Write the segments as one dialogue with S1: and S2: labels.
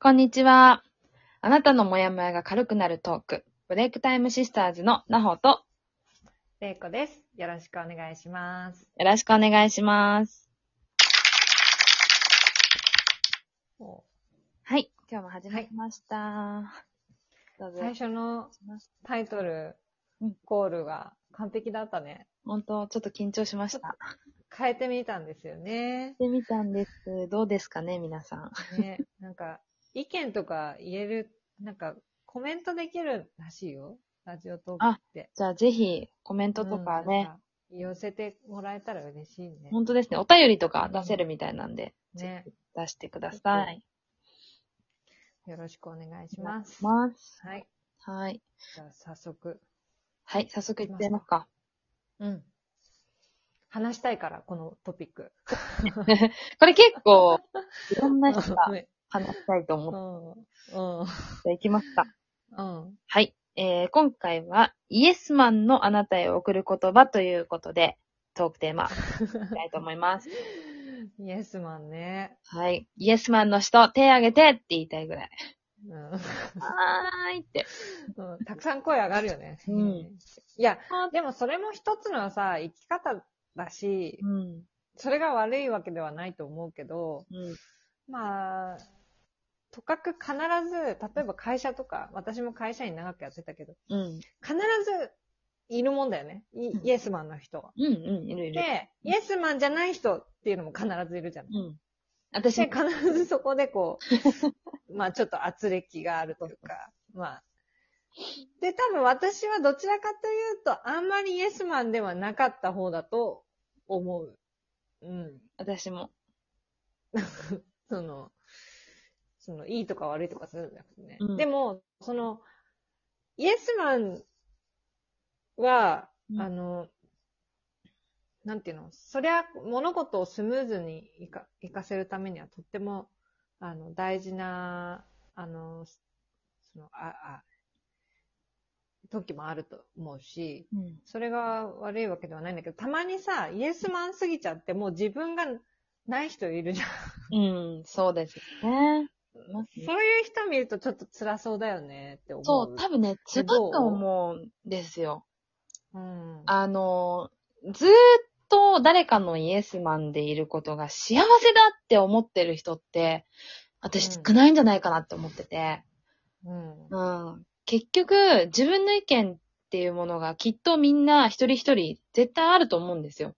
S1: こんにちは。あなたのモヤモヤが軽くなるトーク、ブレイクタイムシスターズのなほと、
S2: れいこです。よろしくお願いします。
S1: よろしくお願いします。はい、今日も始まりました。どうぞ。
S2: 最初のタイトル
S1: うん、
S2: コールが完璧だったね。
S1: 本当、ちょっと緊張しました。
S2: 変えてみたんですよね。
S1: やってみたんです。どうですかね、皆さん。
S2: ね、なんか、意見とか言える、なんか、コメントできるらしいよ。ラジオトークって。
S1: じゃあ、ぜひ、コメントとか
S2: うん
S1: ね、。
S2: なん寄せてもらえたら嬉しいね。
S1: 本当ですね、お便りとか出せるみたいなんで、
S2: ね。
S1: 出してください。
S2: よろしくお願いします。
S1: ます。
S2: はい。
S1: はい。
S2: じゃあ、早速。
S1: はい、早速いっちゃいますか。
S2: うん。話したいから、このトピック。
S1: これ結構、いろんな人 が
S2: ね
S1: 話したいと思っ
S2: うん。うん。
S1: ていきました。
S2: うん。
S1: はい。えー、今回は、イエスマンのあなたへ送る言葉ということで、トークテーマ、いきたいと思います。
S2: イエスマンね。
S1: はい。イエスマンの人、手挙げてって言いたいぐらい。
S2: うん
S1: はーいって。
S2: うんたくさん声上がるよね。
S1: うん
S2: いや、でもそれも一つのさ、生き方だし、
S1: うん。
S2: それが悪いわけではないと思うけど、
S1: うん。
S2: まあ、とかく必ず、例えば会社とか、私も会社員長くやってたけど、
S1: うん。
S2: 必ずいるもんだよね。イ
S1: うん
S2: イエスマンの人は。
S1: うん。うん。いるいる。
S2: で、イエスマンじゃない人っていうのも必ずいるじゃん。
S1: うん。私、
S2: で、必ずそこでこう、まあちょっと圧力があるというか、まあ。で、多分私はどちらかというと、あんまりイエスマンではなかった方だと思う。うん。
S1: 私も。
S2: その、その、いいとか悪いとかするんじゃなくてね。
S1: うん
S2: でも、その、イエスマンは、
S1: うん
S2: あの、なんていうの、そりゃ、物事をスムーズにいか、いかせるためには、とっても、あの、大事な、あの、その、あ、あ、時もあると思うし、
S1: うん。
S2: それが悪いわけではないんだけど、たまにさ、イエスマンすぎちゃって、もう自分がない人いるじゃん。
S1: うん。そうですね。
S2: そういう人見るとちょっと辛そうだよねって思う。
S1: そう、多分ね、違うと
S2: どう
S1: 思うんですよ。
S2: うん。
S1: あの、ずーっと誰かのイエスマンでいることが幸せだって思ってる人って、私
S2: うん
S1: 少ないんじゃないかなって思ってて。
S2: うん。
S1: うん。結局、自分の意見っていうものがきっとみんな一人一人絶対あると思うんですよ。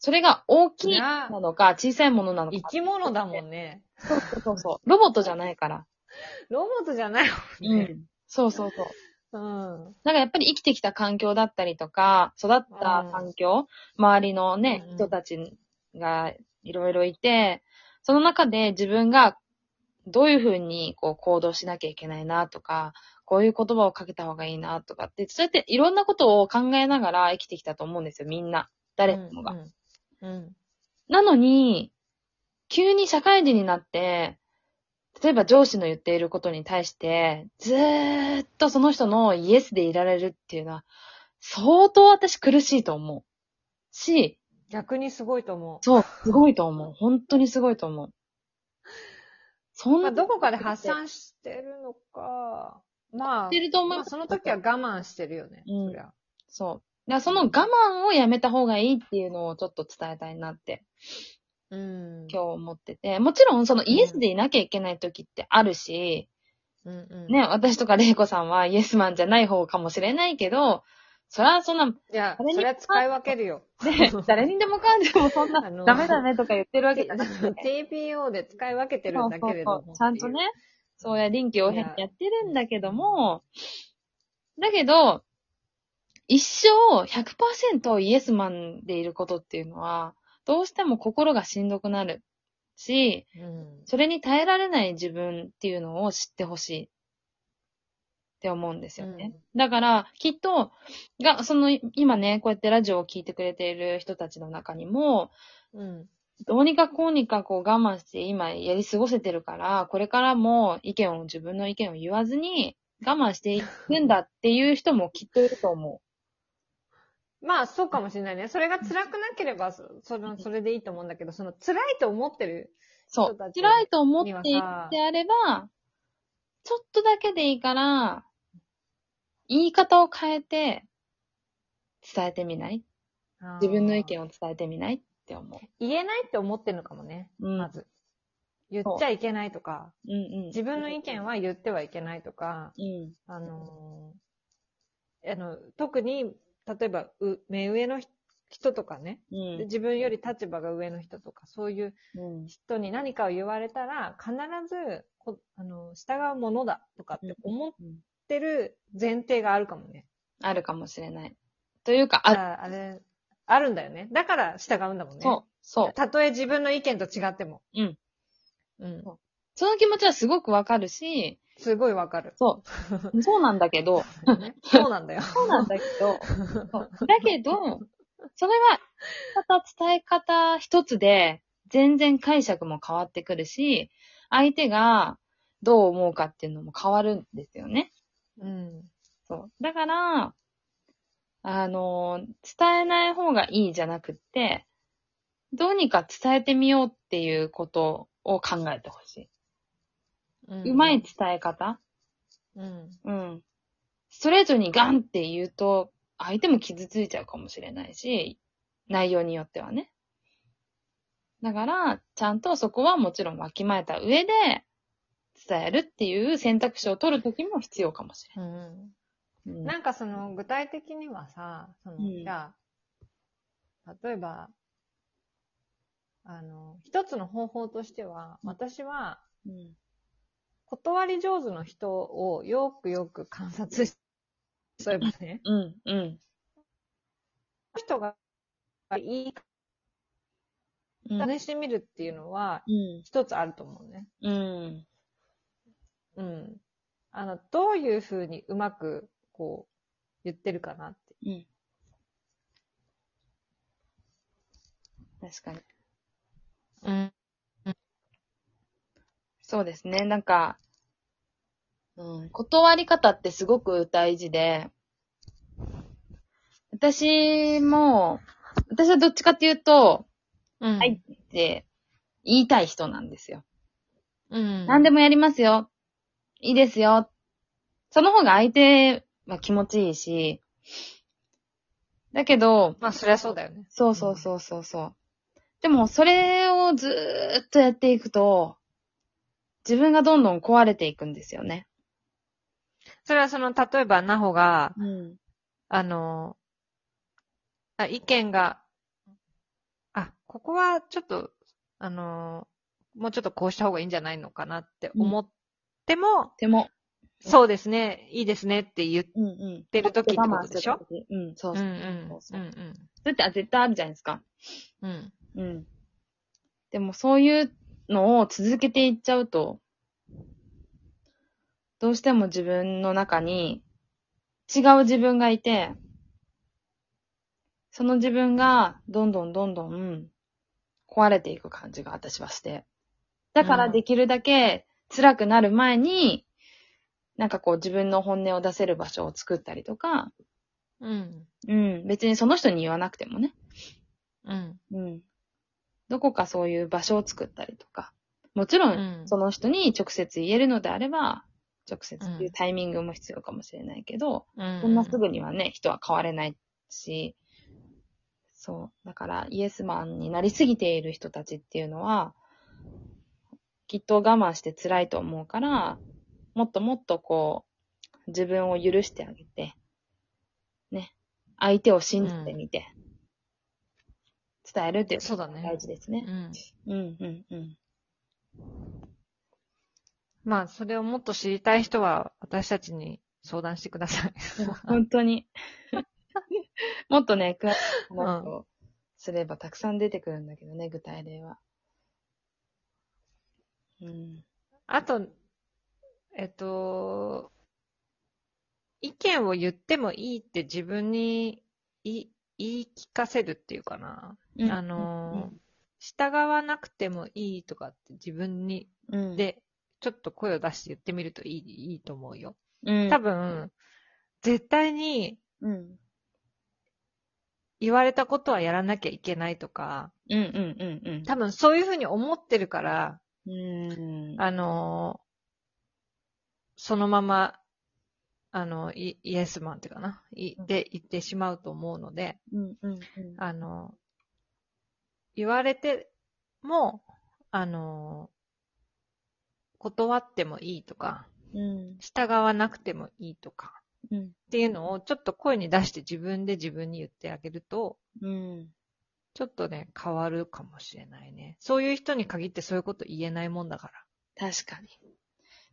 S1: それが大きいものなのか小さいものなのか。
S2: 生き物だもんね。
S1: そうそうそうそう。ロボットじゃないから。
S2: ロボットじゃないも
S1: うん
S2: ね。
S1: ん。そうそうそう。
S2: うん。うん。
S1: なんかやっぱり生きてきた環境だったりとか、育った環境、周りのね、
S2: うんうん
S1: 人たちがいろいろいて、その中で自分がどういうふうにこう行動しなきゃいけないなとか、こういう言葉をかけた方がいいなとかって、そうやっていろんなことを考えながら生きてきたと思うんですよ、みんな。誰しもが。
S2: うん。うん。
S1: なのに、急に社会人になって、例えば上司の言っていることに対して、ずーっとその人のイエスでいられるっていうのは、相当私苦しいと思う。し、
S2: 逆にすごいと思
S1: そう、すごいと思う。本当にすごいと思う。そ
S2: うんまあ。
S1: な、
S2: どこかで発散してるのか。まあ、
S1: してると思い
S2: ま
S1: ま
S2: あ、
S1: す
S2: その時は我慢してるよね。
S1: うん
S2: そりゃ。
S1: そう。だからその我慢をやめた方がいいっていうのをちょっと伝えたいなって
S2: うん。
S1: 今日思ってて、もちろんそのイエスでいなきゃいけない時ってあるし、
S2: うんうん。
S1: ね、私とか玲子さんはイエスマンじゃない方かもしれないけど、そらそんな、
S2: いや、
S1: それに
S2: それは使い分けるよ。
S1: ね、誰にでもかんでもそんな、
S2: あの
S1: ダメだねとか言ってるわけじゃなくて、
S2: TPO で使い分けてるんだけれども。
S1: ちゃんとね、そうや臨機応変にやってるんだけども、だけど、一生100%イエスマンでいることっていうのは、どうしても心がしんどくなるし、
S2: うん。
S1: それに耐えられない自分っていうのを知ってほしいって思うんですよね。だから、きっと、が、その、今ね、こうやってラジオを聞いてくれている人たちの中にも、
S2: うん。
S1: どうにかこうにかこう我慢して今やり過ごせてるから、これからも意見を、自分の意見を言わずに我慢していくんだっていう人もきっといると思
S2: まあ、そうかもしれないね。それが辛くなければ、そその、それでいいと思うんだけど、その、辛いと思って
S1: う。
S2: る
S1: そう
S2: 人た。ち
S1: 辛いと思ってい
S2: にはさ
S1: てあれば、ちょっとだけでいいから、言い方を変えて、伝えてみない自分の意見
S2: を。
S1: を伝えてみないって思
S2: 言えないって思ってるのかもね、
S1: う。うん。
S2: まず。言っちゃいけないとか、
S1: うんうん。
S2: 自分の意見は言ってはいけないとか、
S1: うん。
S2: あのーあの、特に、例えば、う目上の人とかね、
S1: うん。
S2: 自分より立場が上の人とか、そういう
S1: うん。
S2: 人に何かを言われたら、必ずこあの従うものだとかって思っ
S1: うん
S2: てる前提があるかもね。
S1: あるかもしれない。というか、
S2: あ
S1: あ、
S2: あれ、あるんだよね。だから従うんだもんね。
S1: そう、そう。
S2: たとえ自分の意見と違っても。
S1: うん。
S2: うん。
S1: その気持ちはすごくわかるし、
S2: すごいわかる。
S1: そう。そうなんだけど、
S2: ねそうなんだ よ。
S1: そうなんだけど、そうだけど、それは、また伝え方一つで、全然解釈も変わってくるし、相手がどう思うかっていうのも変わるんですよね。
S2: うん。
S1: そう。だから、あの、伝えない方がいいじゃなくって、どうにか伝えてみようっていうことを考えてほしい。うまい。伝え方
S2: うん。
S1: うん。ストレートにガンって言うと、相手も傷ついちゃうかもしれないし、内容によってはね。だから、ちゃんとそこはもちろんわきまえた上で、伝えるっていう選択肢を取るときも必要かもし
S2: うん。
S1: れない。
S2: なんかその、具体的にはさ、その、
S1: うん
S2: じゃあ、例えば、あの、一つの方法としては、私は、
S1: うん。
S2: 断り上手の人をよくよく観察し、そういえばね、
S1: うん。うん。
S2: この人がいいか
S1: うん。
S2: 試してみるっていうのは、
S1: うん。
S2: 一つあると思うね。
S1: うん。
S2: うん。あの、どういうふうにうまく、こう、言ってるかなって。
S1: うん。確かに。
S2: うん。
S1: そうですね。なんか、うん、断り方ってすごく大事で、私も、私はどっちかっていうと、
S2: うん。
S1: はい。で、言いたい人なんですよ。
S2: うん。
S1: 何で
S2: も。
S1: もやりますよ。いいですよ。その方が相手は気持ちいいし、だけど、
S2: まあ、そりゃそうだよね。
S1: そうそうそうそうそう。でも、それをずーっとやっていくと、自分がどんどん壊れていくんですよね。
S2: それはその、例えば、なほが、
S1: うん。
S2: あの、あ意見が、あ、ここはちょっと、あの、もうちょっとこうした方がいいんじゃないのかなって思っても、
S1: でも、
S2: そうですね、いいですねって言っ
S1: うんうん。
S2: てる時ってことでしょ
S1: 我慢てる時うん、そううん
S2: う
S1: そう。
S2: ん。
S1: そう
S2: う
S1: うんだってあ絶対あるじゃないですか。
S2: うん。うん。
S1: うん。でもそういうのを続けていっちゃうと、どうしても自分の中に違う自分がいて、その自分がどんどんどんどん壊れていく感じが私はして。だから
S2: うん
S1: できるだけ辛くなる前に、なんかこう自分の本音を出せる場所を作ったりとか、
S2: うん。
S1: うん、別にその人に言わなくてもね。
S2: うん。
S1: うん。どこかそういう場所を作ったりとか。もちろ、
S2: うんん。
S1: その人に直接言えるのであれば、直接
S2: うん
S1: 言うタイミングも必要かもしれないけど、
S2: うん
S1: そんなすぐにはね、人は変われないし、そう。だから、イエスマンになりすぎている人たちっていうのは、きっと我慢して辛いと思うから、もっともっとこう、自分を許してあげて、ね、相手を信じてみて、伝えるっていう
S2: そうだ
S1: のが大
S2: ね。
S1: 事ですね
S2: う。ん。
S1: うん、うん、うん。
S2: まあ、それをもっと知りたい人は、私たちに相談してください。
S1: 本当 に。もっとね、詳しく話をすればたくさん出てくるんだけどね、具体例は。うん。
S2: あと、えっと、意見を言ってもいいって自分にい言い聞かせるっていうかな。あの、従わなくてもいいとかって自分に、
S1: うん、
S2: で、ちょっと声を出して言ってみるといい、いいと思うよ。
S1: うん、
S2: 多分、絶対に
S1: うん、
S2: 言われたことはやらなきゃいけないとか、
S1: うん、うん、うん、
S2: 多分そういうふうに思ってるから、
S1: うん。うん。
S2: あのーそのまま、あの、イイエスマンっていうかな、い
S1: うん
S2: で、言ってしまうと思うので、
S1: うんうんうん。
S2: あの、言われても、あの、断ってもいいとか、
S1: うん
S2: 従わなくてもいいとか、
S1: うん
S2: っていうのをちょっと声に出して自分で自分に言ってあげると、
S1: うん。
S2: ちょっとね、変わるかもしれないね。そういう人に限ってそういうこと言えないもんだか
S1: 確かに。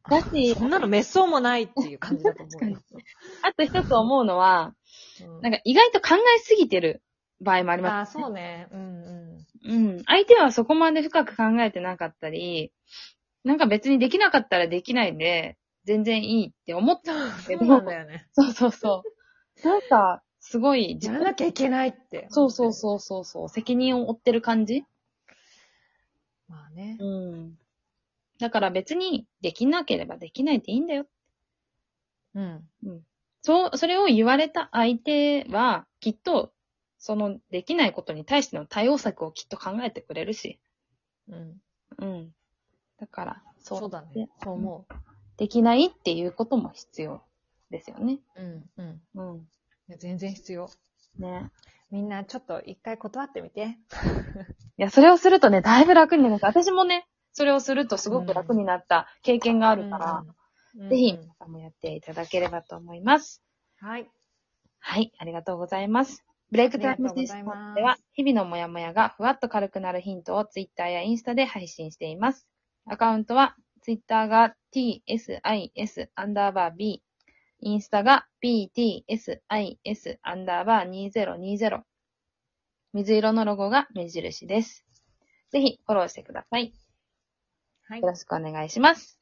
S2: ら。
S1: だし
S2: そんなの滅相もないっていう感じだと思うよ。
S1: あと一つ思うのは、
S2: うん
S1: なんか意外と考えすぎてる場合もあり
S2: あ
S1: ま
S2: あ、
S1: す、ね。
S2: そうね。うんう
S1: うん。相手はそこまで深く考えてなかったり、なんか別にできなかったらできないで、全然いいって 思っちゃうんだけ
S2: ん。
S1: ど。
S2: そうなんだよね。
S1: そうそうそう。なんか、すごい自
S2: や
S1: 分
S2: らなきゃいけないって。
S1: そうそうそうそうそう。責任を負ってる感じ
S2: う。まあね。
S1: うん。だから別にできなければできないでいいんだよ。
S2: うん。
S1: そう、それを言われた相手は、きっと、そのできないことに対しての対応策をきっと考えてくれるし。
S2: うん。
S1: うん。だから、そう。
S2: そうだね。そう思
S1: できないっていうことも必要ですよね。
S2: う。うんうん。
S1: うん。
S2: いや全然必要。
S1: ね。
S2: みんなちょっと一回断ってみて。
S1: いや、それをするとね、だいぶ楽になるんです。私もね、それをするとすごく楽になった経験があるから、
S2: うんうん。
S1: ぜひ
S2: うんう
S1: 皆さんもやっていただければと思います。
S2: ん。はい。
S1: はい、ありがとうございます。ブレイクタイム
S2: あ
S1: シス
S2: りがと
S1: テ
S2: う
S1: ム
S2: ございます
S1: では、日々のモヤモヤがふわっと軽くなるヒントをツイッターやインスタで配信しています。アカウントは、ツイッターが tsis アンダーバー b、インスタが ptsis アンダーバー2020。水色のロゴが目印です。ぜひフォローしてください。
S2: はい
S1: よ。ろしくお願いします。